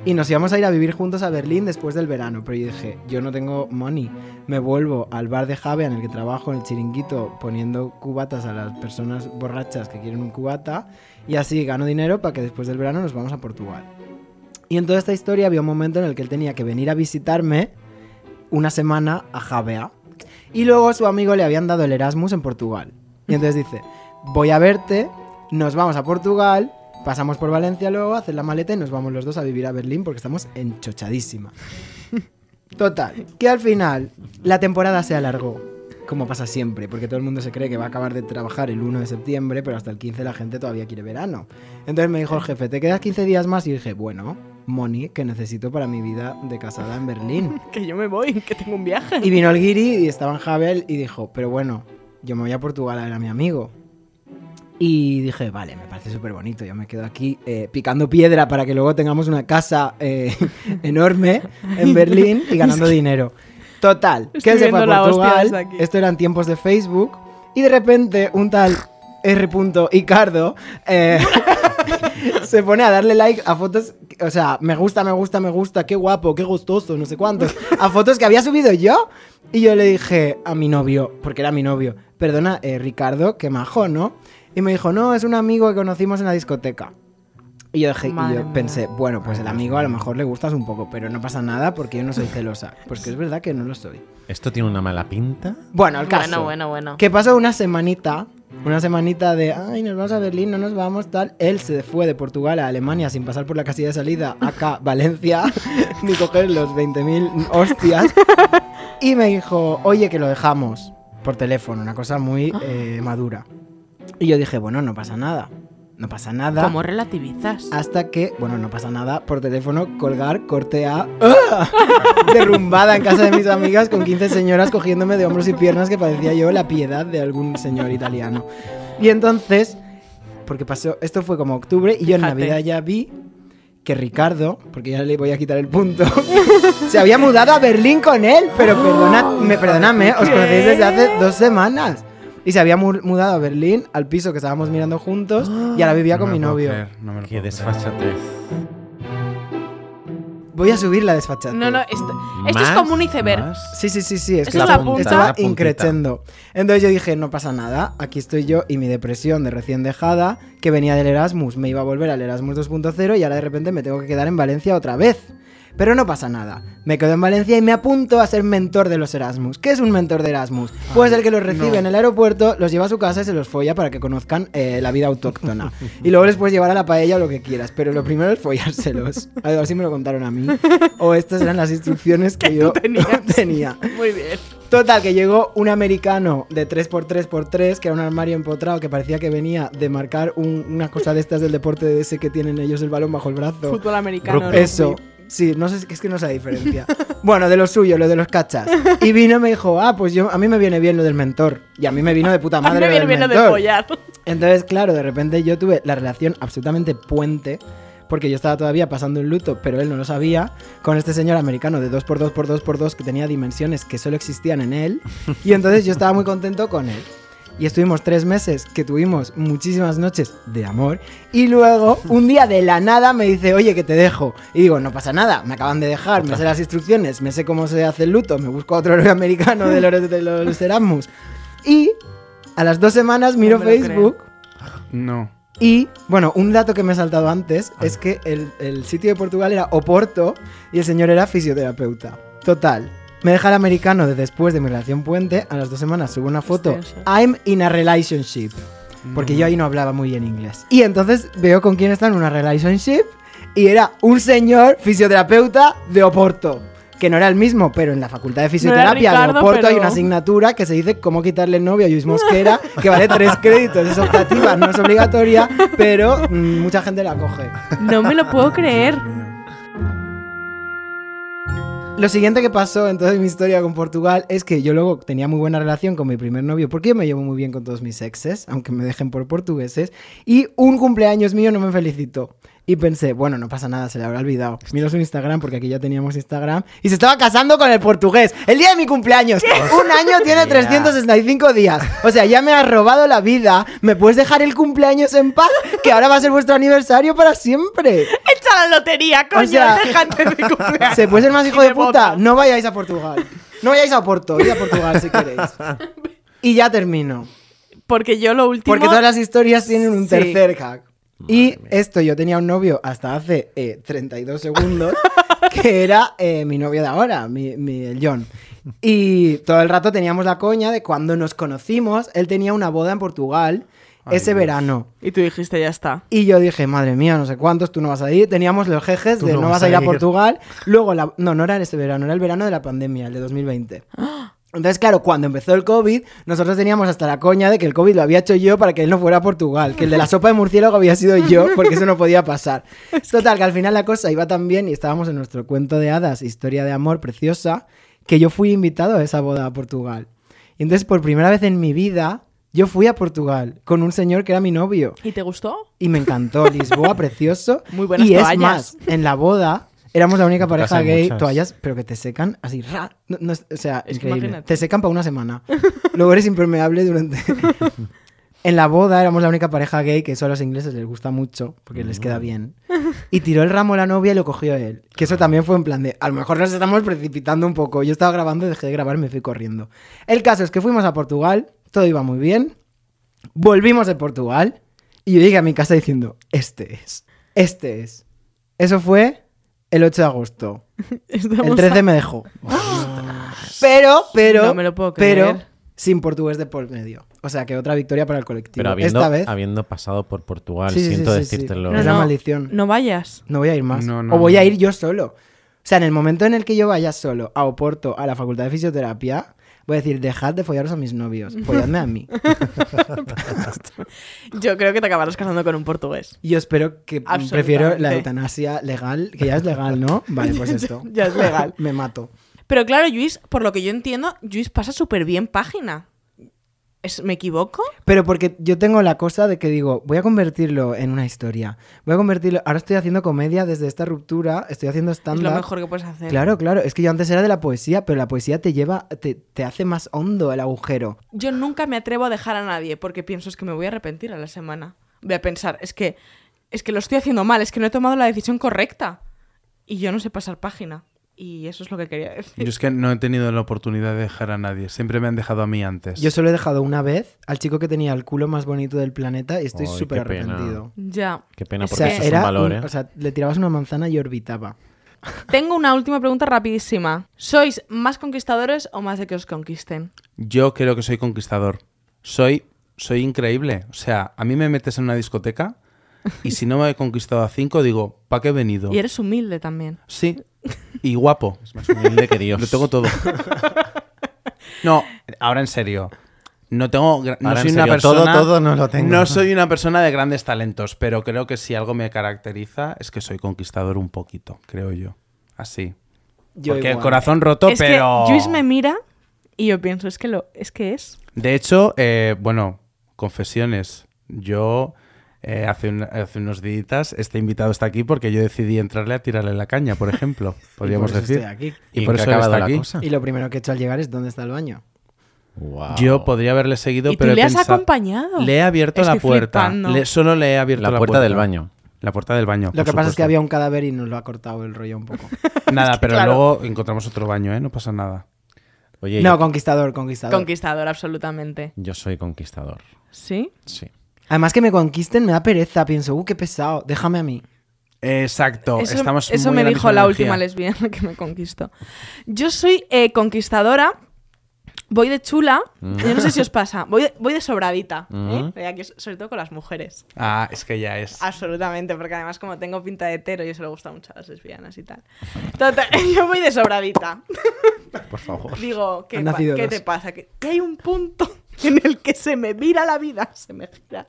C: Y nos íbamos a ir a vivir juntos a Berlín después del verano, pero yo dije, yo no tengo money. Me vuelvo al bar de Jave en el que trabajo en el chiringuito poniendo cubatas a las personas borrachas que quieren un cubata y así gano dinero para que después del verano nos vamos a Portugal. Y en toda esta historia había un momento en el que él tenía que venir a visitarme una semana a Javea. Y luego su amigo le habían dado el Erasmus en Portugal. Y entonces dice, voy a verte, nos vamos a Portugal, pasamos por Valencia luego, haces la maleta y nos vamos los dos a vivir a Berlín porque estamos enchochadísima. Total, que al final la temporada se alargó, como pasa siempre, porque todo el mundo se cree que va a acabar de trabajar el 1 de septiembre, pero hasta el 15 la gente todavía quiere verano. Entonces me dijo el jefe, ¿te quedas 15 días más? Y dije, bueno, money que necesito para mi vida de casada en Berlín.
A: Que yo me voy, que tengo un viaje.
C: Y vino el guiri y estaba en Javel y dijo, pero bueno, yo me voy a Portugal a ver a mi amigo. Y dije, vale, me parece súper bonito, yo me quedo aquí eh, picando piedra para que luego tengamos una casa eh, enorme en Berlín y ganando dinero. Total, que
A: Estoy
C: él se fue
A: viendo
C: a
A: la hostia desde
C: Portugal,
A: aquí.
C: esto eran tiempos de Facebook, y de repente un tal R. Icardo eh, se pone a darle like a fotos, o sea, me gusta, me gusta, me gusta, qué guapo, qué gustoso, no sé cuántos, a fotos que había subido yo. Y yo le dije a mi novio, porque era mi novio, perdona, eh, Ricardo, qué majo, ¿no? Y me dijo, no, es un amigo que conocimos en la discoteca. Y yo, dije, y
A: Madre
C: yo
A: mía.
C: pensé, bueno, pues el amigo a lo mejor le gustas un poco, pero no pasa nada porque yo no soy celosa. Porque es verdad que no lo soy.
D: Esto tiene una mala pinta.
C: Bueno, al caso.
A: Bueno, bueno, bueno.
C: Que pasó una semanita, una semanita de, ay, nos vamos a Berlín, no nos vamos, tal. Él se fue de Portugal a Alemania sin pasar por la casilla de salida, acá, Valencia, ni coger los 20.000 hostias. Y me dijo, oye, que lo dejamos por teléfono, una cosa muy eh, madura. Y yo dije, bueno, no pasa nada, no pasa nada.
A: ¿Cómo relativizas?
C: Hasta que, bueno, no pasa nada, por teléfono colgar, corte a... ¡Ah! Derrumbada en casa de mis amigas con 15 señoras cogiéndome de hombros y piernas que parecía yo la piedad de algún señor italiano. Y entonces, porque pasó, esto fue como octubre y yo en
A: Fíjate.
C: Navidad ya vi que Ricardo, porque ya le voy a quitar el punto, se había mudado a Berlín con él, pero perdona, me, perdóname, os
A: ¿Qué?
C: conocéis desde hace dos semanas. Y se había mu- mudado a Berlín, al piso que estábamos mirando juntos, y ahora vivía con
B: No me
C: mi
B: lo puedo
C: novio.
B: creer, no me lo
D: Qué
B: puedo creer.
D: desfachatez.
C: Voy a subir la desfachada.
A: No, no, esto, esto es
D: Más,
A: como un iceberg.
D: más.
C: Sí, sí, sí, sí. Es
A: Eso
C: que
A: es la
C: estaba-
A: punta.
D: La
C: estaba
D: puntita.
C: increchendo. Entonces yo dije, no pasa nada. Aquí estoy yo y mi depresión de recién dejada, que venía del Erasmus, me iba a volver al Erasmus 2.0 y ahora de repente me tengo que quedar en Valencia otra vez. Pero no pasa nada. Me quedo en Valencia y me apunto a ser mentor de los Erasmus. ¿Qué es un mentor de Erasmus? Pues el que los recibe en el aeropuerto, los lleva a su casa y se los folla para que conozcan eh, la vida autóctona. y luego les puedes llevar a la paella o lo que quieras, pero lo primero es follárselos. A ver, así me lo contaron a mí. O estas eran las instrucciones que, yo
A: tenías.
C: tenía.
A: Muy bien.
C: Total, que llegó un americano de 3x3x3, que era un armario empotrado que parecía que venía de marcar un- una cosa de estas del deporte de ese que tienen ellos el balón bajo el brazo.
A: Fútbol americano. rugby.
C: Eso. Sí, no sé, es que no sé la diferencia. bueno, de lo suyo, lo de los cachas. Y vino y me dijo, ah, pues yo, a mí me viene bien lo del mentor. Y a mí me vino de puta
A: A mí
C: madre
A: me viene
C: lo del
A: bien lo de
C: mentor.
A: follar.
C: Entonces, claro, de repente yo tuve la relación absolutamente puente, porque yo estaba todavía pasando un luto, pero él no lo sabía, con este señor americano de 2x2x2x2 que tenía dimensiones que solo existían en él. Y entonces yo estaba muy contento con él. Y estuvimos tres meses que tuvimos muchísimas noches de amor. Y luego, un día de la nada, me dice, oye, que te dejo. Y digo, no pasa nada, me acaban de dejar, me sé las instrucciones, me sé cómo se hace el luto, me busco a otro héroe americano de los, de los Erasmus. Y a las dos semanas miro
A: me lo creo.
C: Facebook
B: No.
C: y, bueno, un dato que me he saltado antes es que el, el sitio de Portugal era Oporto y el señor era fisioterapeuta. Total. Me deja el americano de después de mi relación puente. A las dos semanas subo una foto.
A: Extensa.
C: I'm in a relationship. Porque yo ahí no hablaba muy bien inglés. Y entonces veo con quién está en una relationship. Y era un señor fisioterapeuta de Oporto. Que no era el mismo, pero en la facultad de fisioterapia de
A: Ricardo,
C: Oporto hay
A: pero-
C: una asignatura que se dice cómo quitarle el novio a Luis Mosquera, que vale tres créditos, es optativa, no es obligatoria, pero mm, mucha gente la coge.
A: No me lo puedo creer.
C: Lo siguiente que pasó en toda mi historia con Portugal es que yo luego tenía muy buena relación con mi primer novio, porque yo me llevo muy bien con todos mis exes, aunque me dejen por portugueses, y un cumpleaños mío no me felicitó. Y pensé, bueno, no pasa nada, se le habrá olvidado. Miro su Instagram, porque aquí ya teníamos Instagram, y se estaba casando con el portugués, el día de mi cumpleaños. Un año tiene 365 días. O sea, ya me has robado la vida, me puedes dejar el cumpleaños en paz, que ahora va a ser vuestro aniversario para siempre.
A: Echa la lotería, coño.
C: sea,
A: déjate de cumpleaños.
C: Se puede ser más
A: Y
C: hijo de
A: me
C: puta.
A: bota.
C: No vayáis a Portugal. No vayáis a Porto, id a Portugal si queréis. Y ya termino.
A: Porque yo lo último.
C: Porque todas las historias tienen un
A: Sí.
C: tercer hack. Y esto, yo tenía un novio hasta hace eh, 32 segundos, que era eh, mi novio de ahora, mi, mi- el John. Y todo el rato teníamos la coña de cuando nos conocimos, él tenía una boda en Portugal
B: Ay,
C: ese
B: Dios.
C: verano.
A: Y tú dijiste, ya está.
C: Y yo dije, madre mía, no sé cuántos, tú no vas a ir. Teníamos los jejes
D: Tú
C: de
D: no
C: no,
D: vas
C: vas a
D: a
C: ir a
D: ir.
C: Portugal. Luego, la... no, no era en este verano, era el verano de la pandemia, el de 2020. Entonces, claro, cuando empezó el COVID, nosotros teníamos hasta la coña de que el COVID lo había hecho yo para que él no fuera a Portugal, que el de la sopa de murciélago había sido yo, porque eso no podía pasar. Total, que al final la cosa iba tan bien y estábamos en nuestro cuento de hadas, historia de amor preciosa, que yo fui invitado a esa boda a Portugal. Y entonces, por primera vez en mi vida, yo fui a Portugal con un señor que era mi novio.
A: ¿Y te gustó?
C: Y me encantó Lisboa, precioso.
A: Muy buenas
C: y es
A: toallas.
C: más, en la boda éramos la única
D: En tu casa
C: pareja
D: hay
C: gay,
D: muchas.
C: toallas, pero que te secan así, ra. No- no es- o sea,
A: Es que
C: increíble.
A: imagínate.
C: Te secan para una semana. Luego eres impermeable durante. en la boda éramos la única pareja gay que eso a los ingleses les gusta mucho porque les queda bien. Y tiró el ramo la novia y lo cogió él. Que eso también fue en plan de, a lo mejor nos estamos precipitando un poco. Yo estaba grabando, dejé de grabar, me fui corriendo. El caso es que fuimos a Portugal, todo iba muy bien. Volvimos de Portugal y yo llegué a mi casa diciendo, este es, este es. Eso fue el 8 de agosto.
A: Estamos
C: el 13 me dejó. pero, pero,
A: No me lo puedo
C: pero
A: creer.
C: sin portugués de por medio. O sea que otra victoria para el colectivo.
D: Pero habiendo,
C: Esta vez...
D: habiendo pasado por Portugal,
C: Sí, sí,
D: siento
C: sí, sí, sí.
D: decírtelo.
C: No,
D: ¿eh?
C: Era maldición.
A: No vayas.
C: No voy a ir más.
B: No, no,
C: o voy
B: no.
C: a ir yo solo. O sea, en el momento en el que yo vaya solo a Oporto, a la facultad de fisioterapia, voy a decir, dejad de follaros a mis novios, folladme a mí.
A: Yo creo que te acabarás casando con un portugués.
C: Y yo espero que mm,
A: Absolutamente.
C: prefiero la eutanasia legal, que ya es legal, ¿no? Vale, pues esto.
A: Ya es legal.
C: Me mato.
A: Pero claro, Luis, por lo que yo entiendo, Luis pasa súper bien página. ¿Es- ¿Me equivoco?
C: Pero porque yo tengo la cosa de que digo, voy a convertirlo en una historia. Voy a convertirlo... Ahora estoy haciendo comedia desde esta ruptura, estoy haciendo
A: Es lo
C: stand-up.
A: mejor que puedes hacer.
C: Claro, claro. Es que yo antes era de la poesía, pero la poesía te lleva, te, te hace más hondo el agujero.
A: Yo nunca me atrevo a dejar a nadie porque pienso es que me voy a arrepentir a la semana. Voy a pensar, es que, es que lo estoy haciendo mal, es que no he tomado la decisión correcta. Y yo no sé pasar página. Y eso es lo que quería decir.
B: Yo es que no he tenido la oportunidad de dejar a nadie. Siempre me han dejado a mí
D: Pues
B: antes.
C: Yo solo he dejado una vez al chico que tenía el culo más bonito del planeta y estoy
D: Ay,
C: súper
D: qué pena.
C: arrepentido.
A: Ya.
D: Qué pena,
A: O
D: porque
A: sea,
D: eso es
C: era
D: un valor,
C: un-
D: ¿eh?
C: o sea, le tirabas una manzana y orbitaba.
A: Tengo una última pregunta rapidísima. ¿Sois más conquistadores o más de que os conquisten?
B: Yo creo que soy conquistador. Soy, soy increíble. O sea, a mí me metes en una discoteca y si no me he conquistado a cinco, digo, ¿para qué he venido?
A: Y eres humilde también.
B: Sí. Y guapo.
D: Es más humilde que Dios.
B: Lo tengo todo. No, ahora en serio. No tengo. gra- No
D: Ahora,
B: soy
D: en
B: una
D: serio, todo,
B: persona.
D: todo no lo tengo.
B: No soy una persona de grandes talentos, pero creo que si algo me caracteriza es que soy conquistador un poquito, creo yo. Así.
C: Yo
B: Porque el
C: igual.
B: corazón roto,
A: es
B: pero.
A: que Luis me mira y yo pienso, es que lo, es que es.
B: De hecho, eh, bueno, confesiones. Yo eh, hace, un- hace unos días este invitado está aquí porque yo decidí entrarle a tirarle la caña, por ejemplo. Podríamos
C: Y por eso
B: decir.
C: estoy aquí.
B: Y,
D: en
B: por
D: qué ha
B: eso él
D: acabado
B: está
D: la
B: aquí.
D: cosa?
C: Y lo primero que he hecho al llegar es dónde está el baño.
D: Guau.
B: Yo podría haberle seguido,
A: y tú
B: pero he
A: le has
B: pensado-
A: acompañado.
B: Le he abierto
A: Estoy
B: la puerta.
A: flipando.
B: Le- solo le he abierto la,
D: La puerta del baño.
B: La puerta del baño.
C: Lo que
B: por
C: pasa es que
B: supuesto.
C: había un cadáver y nos lo ha cortado el rollo un poco.
B: Nada, pero
A: claro.
B: luego encontramos otro baño, ¿eh? No pasa nada.
D: Oye,
C: no,
D: yo,
C: conquistador, conquistador.
A: Conquistador, absolutamente.
D: yo soy conquistador.
A: ¿Sí?
D: Sí.
C: Además que me conquisten me da pereza, pienso, uh, qué pesado, déjame a mí.
B: Exacto.
A: Eso,
B: Estamos
A: eso
B: muy
A: me
B: en la
A: dijo
B: misma
A: la
B: energía.
A: última lesbiana que me conquistó. Yo soy eh, conquistadora, voy de chula,
C: Mm.
A: yo no sé si os pasa, voy de, voy de sobradita, ¿eh? Eh, aquí, sobre todo con las mujeres.
B: Ah, es que ya es.
A: Absolutamente, porque además como tengo pinta de hetero, yo se lo gusta mucho a las lesbianas y tal. Total, yo voy de sobradita.
D: Por favor.
A: Digo, ¿qué,
C: Han
A: pa-
C: nacido
A: qué
C: dos.
A: te pasa? Que que hay un punto en el que se me vira la vida, se me gira.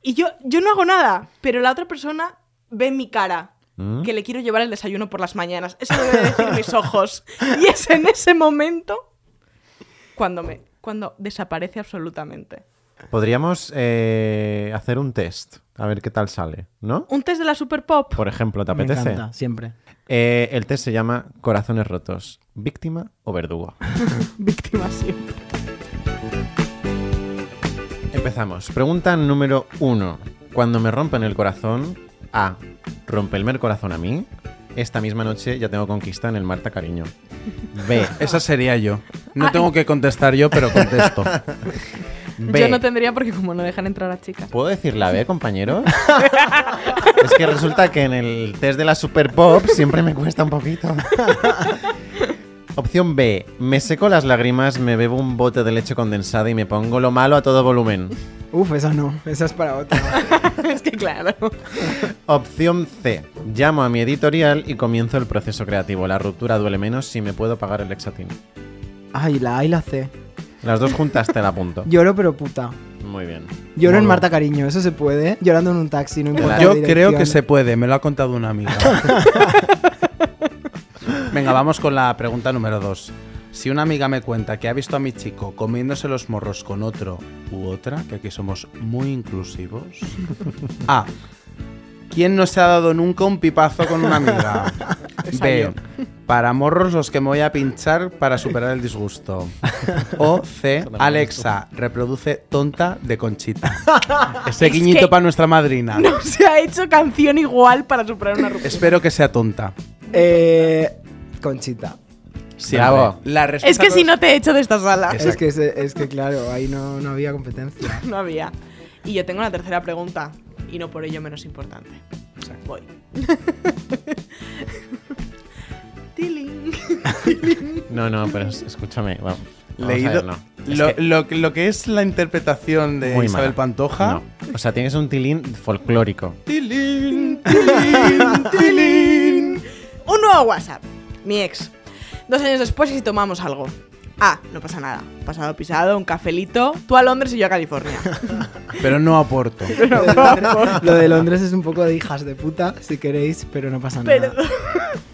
A: Y yo, yo no hago nada, pero la otra persona ve mi cara,
D: ¿Mm?
A: que le quiero llevar el desayuno por las mañanas. Eso lo deben decir mis ojos. Y es en ese momento cuando, me, cuando desaparece absolutamente.
D: Podríamos eh, hacer un test, a ver qué tal sale, ¿no?
A: Un test de la Super Pop.
D: Por ejemplo, ¿te
C: Me
D: apetece?
C: encanta, siempre.
D: Eh, el test se llama Corazones rotos, víctima o verdugo.
A: Víctima siempre.
D: Empezamos. Pregunta número uno. Cuando me rompen el corazón, A. Romperme el corazón a mí. Esta misma noche ya tengo conquista en el Marta Cariño. B.
B: Esa sería yo. No
A: Ah,
B: tengo que contestar yo, pero contesto.
D: B.
A: Yo no tendría porque como no dejan entrar a chicas.
D: ¿Puedo decir la B, compañero? es que resulta que en el test de la Super Pop siempre me cuesta un poquito. Opción B. Me seco las lágrimas, me bebo un bote de leche condensada y me pongo lo malo a todo volumen.
C: Uf, esa no, esa es para otra.
A: es que claro.
D: Opción C. Llamo a mi editorial y comienzo el proceso creativo. La ruptura duele menos si me puedo pagar el Lexatin.
C: Ay, la A y la C.
D: Las dos juntas te la apunto.
C: Lloro, pero puta.
D: Muy bien.
C: Lloro en
D: Modo.
C: Marta Cariño, eso se puede. Llorando en un taxi, no importa.
B: Yo
C: la
B: creo que
C: dirección.
B: se puede, me lo ha contado una amiga. Venga, vamos con la pregunta número dos. Si una amiga me cuenta que ha visto a mi chico comiéndose los morros con otro u otra, que aquí somos muy inclusivos. A. ¿Quién no se ha dado nunca un pipazo con una amiga? B. Para morros los que me voy a pinchar para superar el disgusto. O C. Alexa, reproduce tonta de conchita. Ese
A: Es
B: guiñito
A: que-
B: para nuestra madrina.
A: No se ha hecho canción igual para superar una ruptura.
B: Espero que sea tonta.
C: Eh, Conchita.
B: Siempre.
D: Bravo.
B: La respuesta
A: Es que si no te he hecho de esta sala.
B: Exacto.
C: Es que, se- es que claro, ahí no, no había competencia.
A: No había. Y yo tengo la tercera pregunta, y no por ello menos importante. Voy. Tiling.
D: No, no, pero es- escúchame. Vamos, vamos a
B: Leído.
D: ver, no. Es
B: Lo,
D: que-
B: lo- lo que es la interpretación de
D: Muy
B: Isabel
D: mala.
B: Pantoja.
D: No. O sea, tienes un tilín folclórico.
B: Tilín, tilín, tilín.
A: Un nuevo WhatsApp. Mi ex. Dos años después y si tomamos algo. Ah, no pasa nada. Pasado pisado, un cafelito. Tú a Londres y yo a California.
B: Pero no aporto.
C: Lo de, Londres, lo de Londres es un poco de hijas de puta, si queréis, pero no pasa nada.
A: perdón.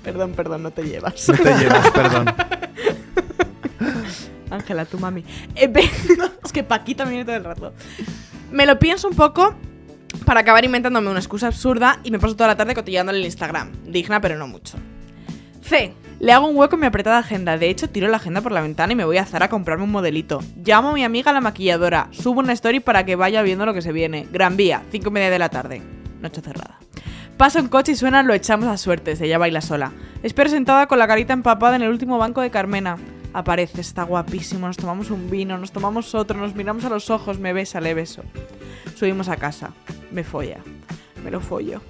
A: perdón, perdón, no te llevas.
B: No te llevas, perdón.
A: Ángela, tu mami. Eh, ve- es que Paquita viene todo el rato. Me lo pienso un poco para acabar inventándome una excusa absurda y me paso toda la tarde cotillándole el Instagram. Digna, pero no mucho. C. Le hago un hueco en mi apretada agenda. De hecho, tiro la agenda por la ventana y me voy a Zara a comprarme un modelito. Llamo a mi amiga la maquilladora. Subo una story para que vaya viendo lo que se viene. Gran Vía, 5 y media de la tarde. Noche cerrada. Pasa un coche y suena Lo echamos a suertes. Ella baila sola. Espero sentada con la carita empapada en el último banco de Carmena. Aparece, está guapísimo. Nos tomamos un vino, nos tomamos otro, nos miramos a los ojos, me besa, le beso. Subimos a casa. Me folla. Me lo follo.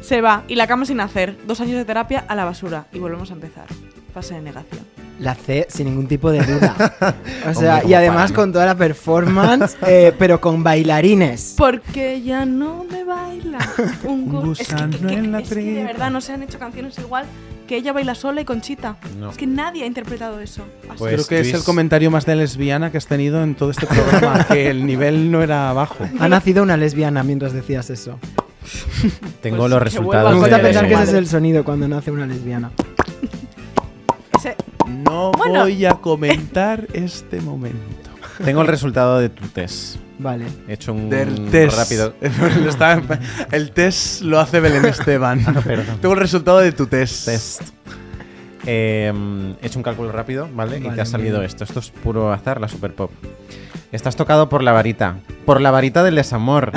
A: Se va y la cama sin hacer. Dos años de terapia a la basura y volvemos a empezar. Fase de negación.
C: La C sin ningún tipo de duda. O sea,
D: Hombre,
C: y además
D: como para, ¿no?
C: con toda la performance, eh, pero con bailarines.
A: Porque ya no me baila un
B: Un
A: gu- Es que- que-
B: gusano
A: que-
B: en la
A: es que de
B: tripa.
A: verdad no se han hecho canciones igual que ella baila sola y Conchita.
D: No.
A: Es que nadie ha interpretado eso. así.
D: Pues,
B: Creo que es
D: Luis-
B: el comentario más de lesbiana que has tenido en todo este programa, que el nivel no era bajo.
C: Ha nacido una lesbiana mientras decías eso.
D: Tengo
A: Pues
D: los
A: que
D: resultados.
A: vuelva
C: Me
A: Algo
C: gusta
A: de-
C: pensar que ese es
A: Madre.
C: el sonido cuando nace una lesbiana.
A: Ese-
B: No
A: Bueno.
B: voy a comentar este momento.
D: Tengo el resultado de tu test.
C: Vale.
D: He hecho un
B: Del test.
D: Mm, rápido.
B: Lo está- el test lo hace Belén Esteban.
D: perdón.
B: Tengo el resultado de tu test.
D: Ah, Test. Eh, he hecho un cálculo rápido, ¿vale? y te
C: Vale,
D: ha salido
C: bien.
D: esto. Esto es puro azar, la super pop. Estás tocado por la varita. Por la varita del desamor.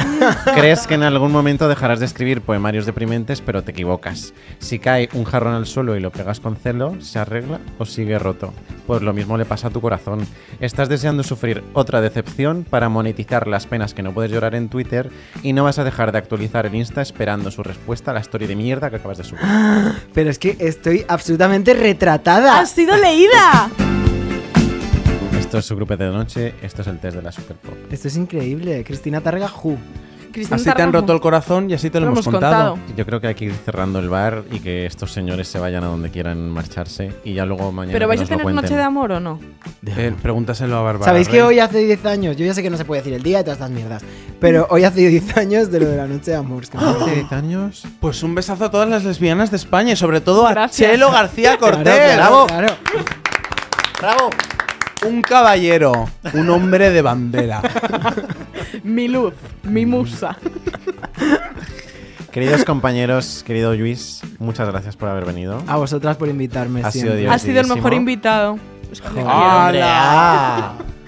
D: Crees que en algún momento dejarás de escribir poemarios deprimentes, pero te equivocas. Si cae un jarrón al suelo y lo pegas con celo, ¿se arregla o sigue roto? Pues lo mismo le pasa a tu corazón. Estás deseando sufrir otra decepción para monetizar las penas que no puedes llorar en Twitter y no vas a dejar de actualizar el Insta esperando su respuesta a la story de mierda que acabas de subir.
C: Pero es que estoy absolutamente retratada.
A: ¡Ha sido leída!
D: Esto es su grupo de noche, esto es el test de la Super Pop.
C: Esto es increíble. Cristina Targa, ju.
A: Cristina
B: Así te han
A: Tarrajo.
B: roto el corazón y así te lo,
A: Lo
B: hemos
A: hemos
B: contado.
A: contado.
D: Yo creo que hay que ir cerrando el bar y que estos señores se vayan a donde quieran marcharse y ya luego mañana.
A: ¿Pero
D: que
A: vais a
D: nos lo
A: tener noche
D: cuenten.
A: de amor o no?
B: Eh, pregúntaselo a Bárbara.
C: Sabéis que
B: Rey.
C: hoy hace 10 años, yo ya sé que no se puede decir el día y todas estas mierdas, pero hoy hace 10 años de lo de la noche de amor. es que me
D: ¿Hace
C: parece-
D: 10 años?
B: Pues un besazo a todas las lesbianas de España y sobre todo a
A: Gracias.
B: Chelo García Cortés.
C: Claro, claro, claro.
D: ¡Bravo!
B: Un caballero, un hombre de bandera.
A: Mi luz, mi
D: Mm,
A: musa.
D: Queridos compañeros, querido Luis, muchas gracias por haber venido.
C: A vosotras por invitarme.
D: Ha sido
C: siempre.
D: divertido.
A: Has sido el mejor
D: Divertidísimo.
A: invitado. Es que me
B: Ah, ¡Hala!
A: quiero.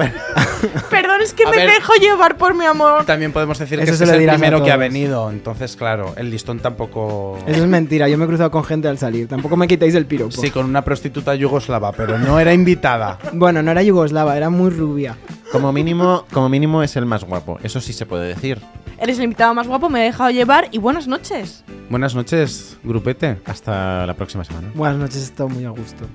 A: Perdón, es que
B: A
A: me
B: ver.
A: dejo llevar por mi amor.
B: También podemos decir que
C: Eso
B: este
C: se
B: es
C: lo
B: el
C: dirás a
B: primero que ha
C: todos.
B: venido. Entonces, claro, el listón tampoco.
C: Eso es mentira, yo me he cruzado con gente al salir. Tampoco me quitéis el piropo.
B: Sí, con una prostituta yugoslava, pero no era invitada.
C: Bueno, no era yugoslava, era muy rubia.
D: Como mínimo, como mínimo es el más guapo. Eso sí se puede decir.
A: Eres el invitado más guapo, me he dejado llevar y buenas noches.
B: Buenas noches, grupete.
D: Hasta la próxima semana.
C: Buenas noches, he estado muy a gusto.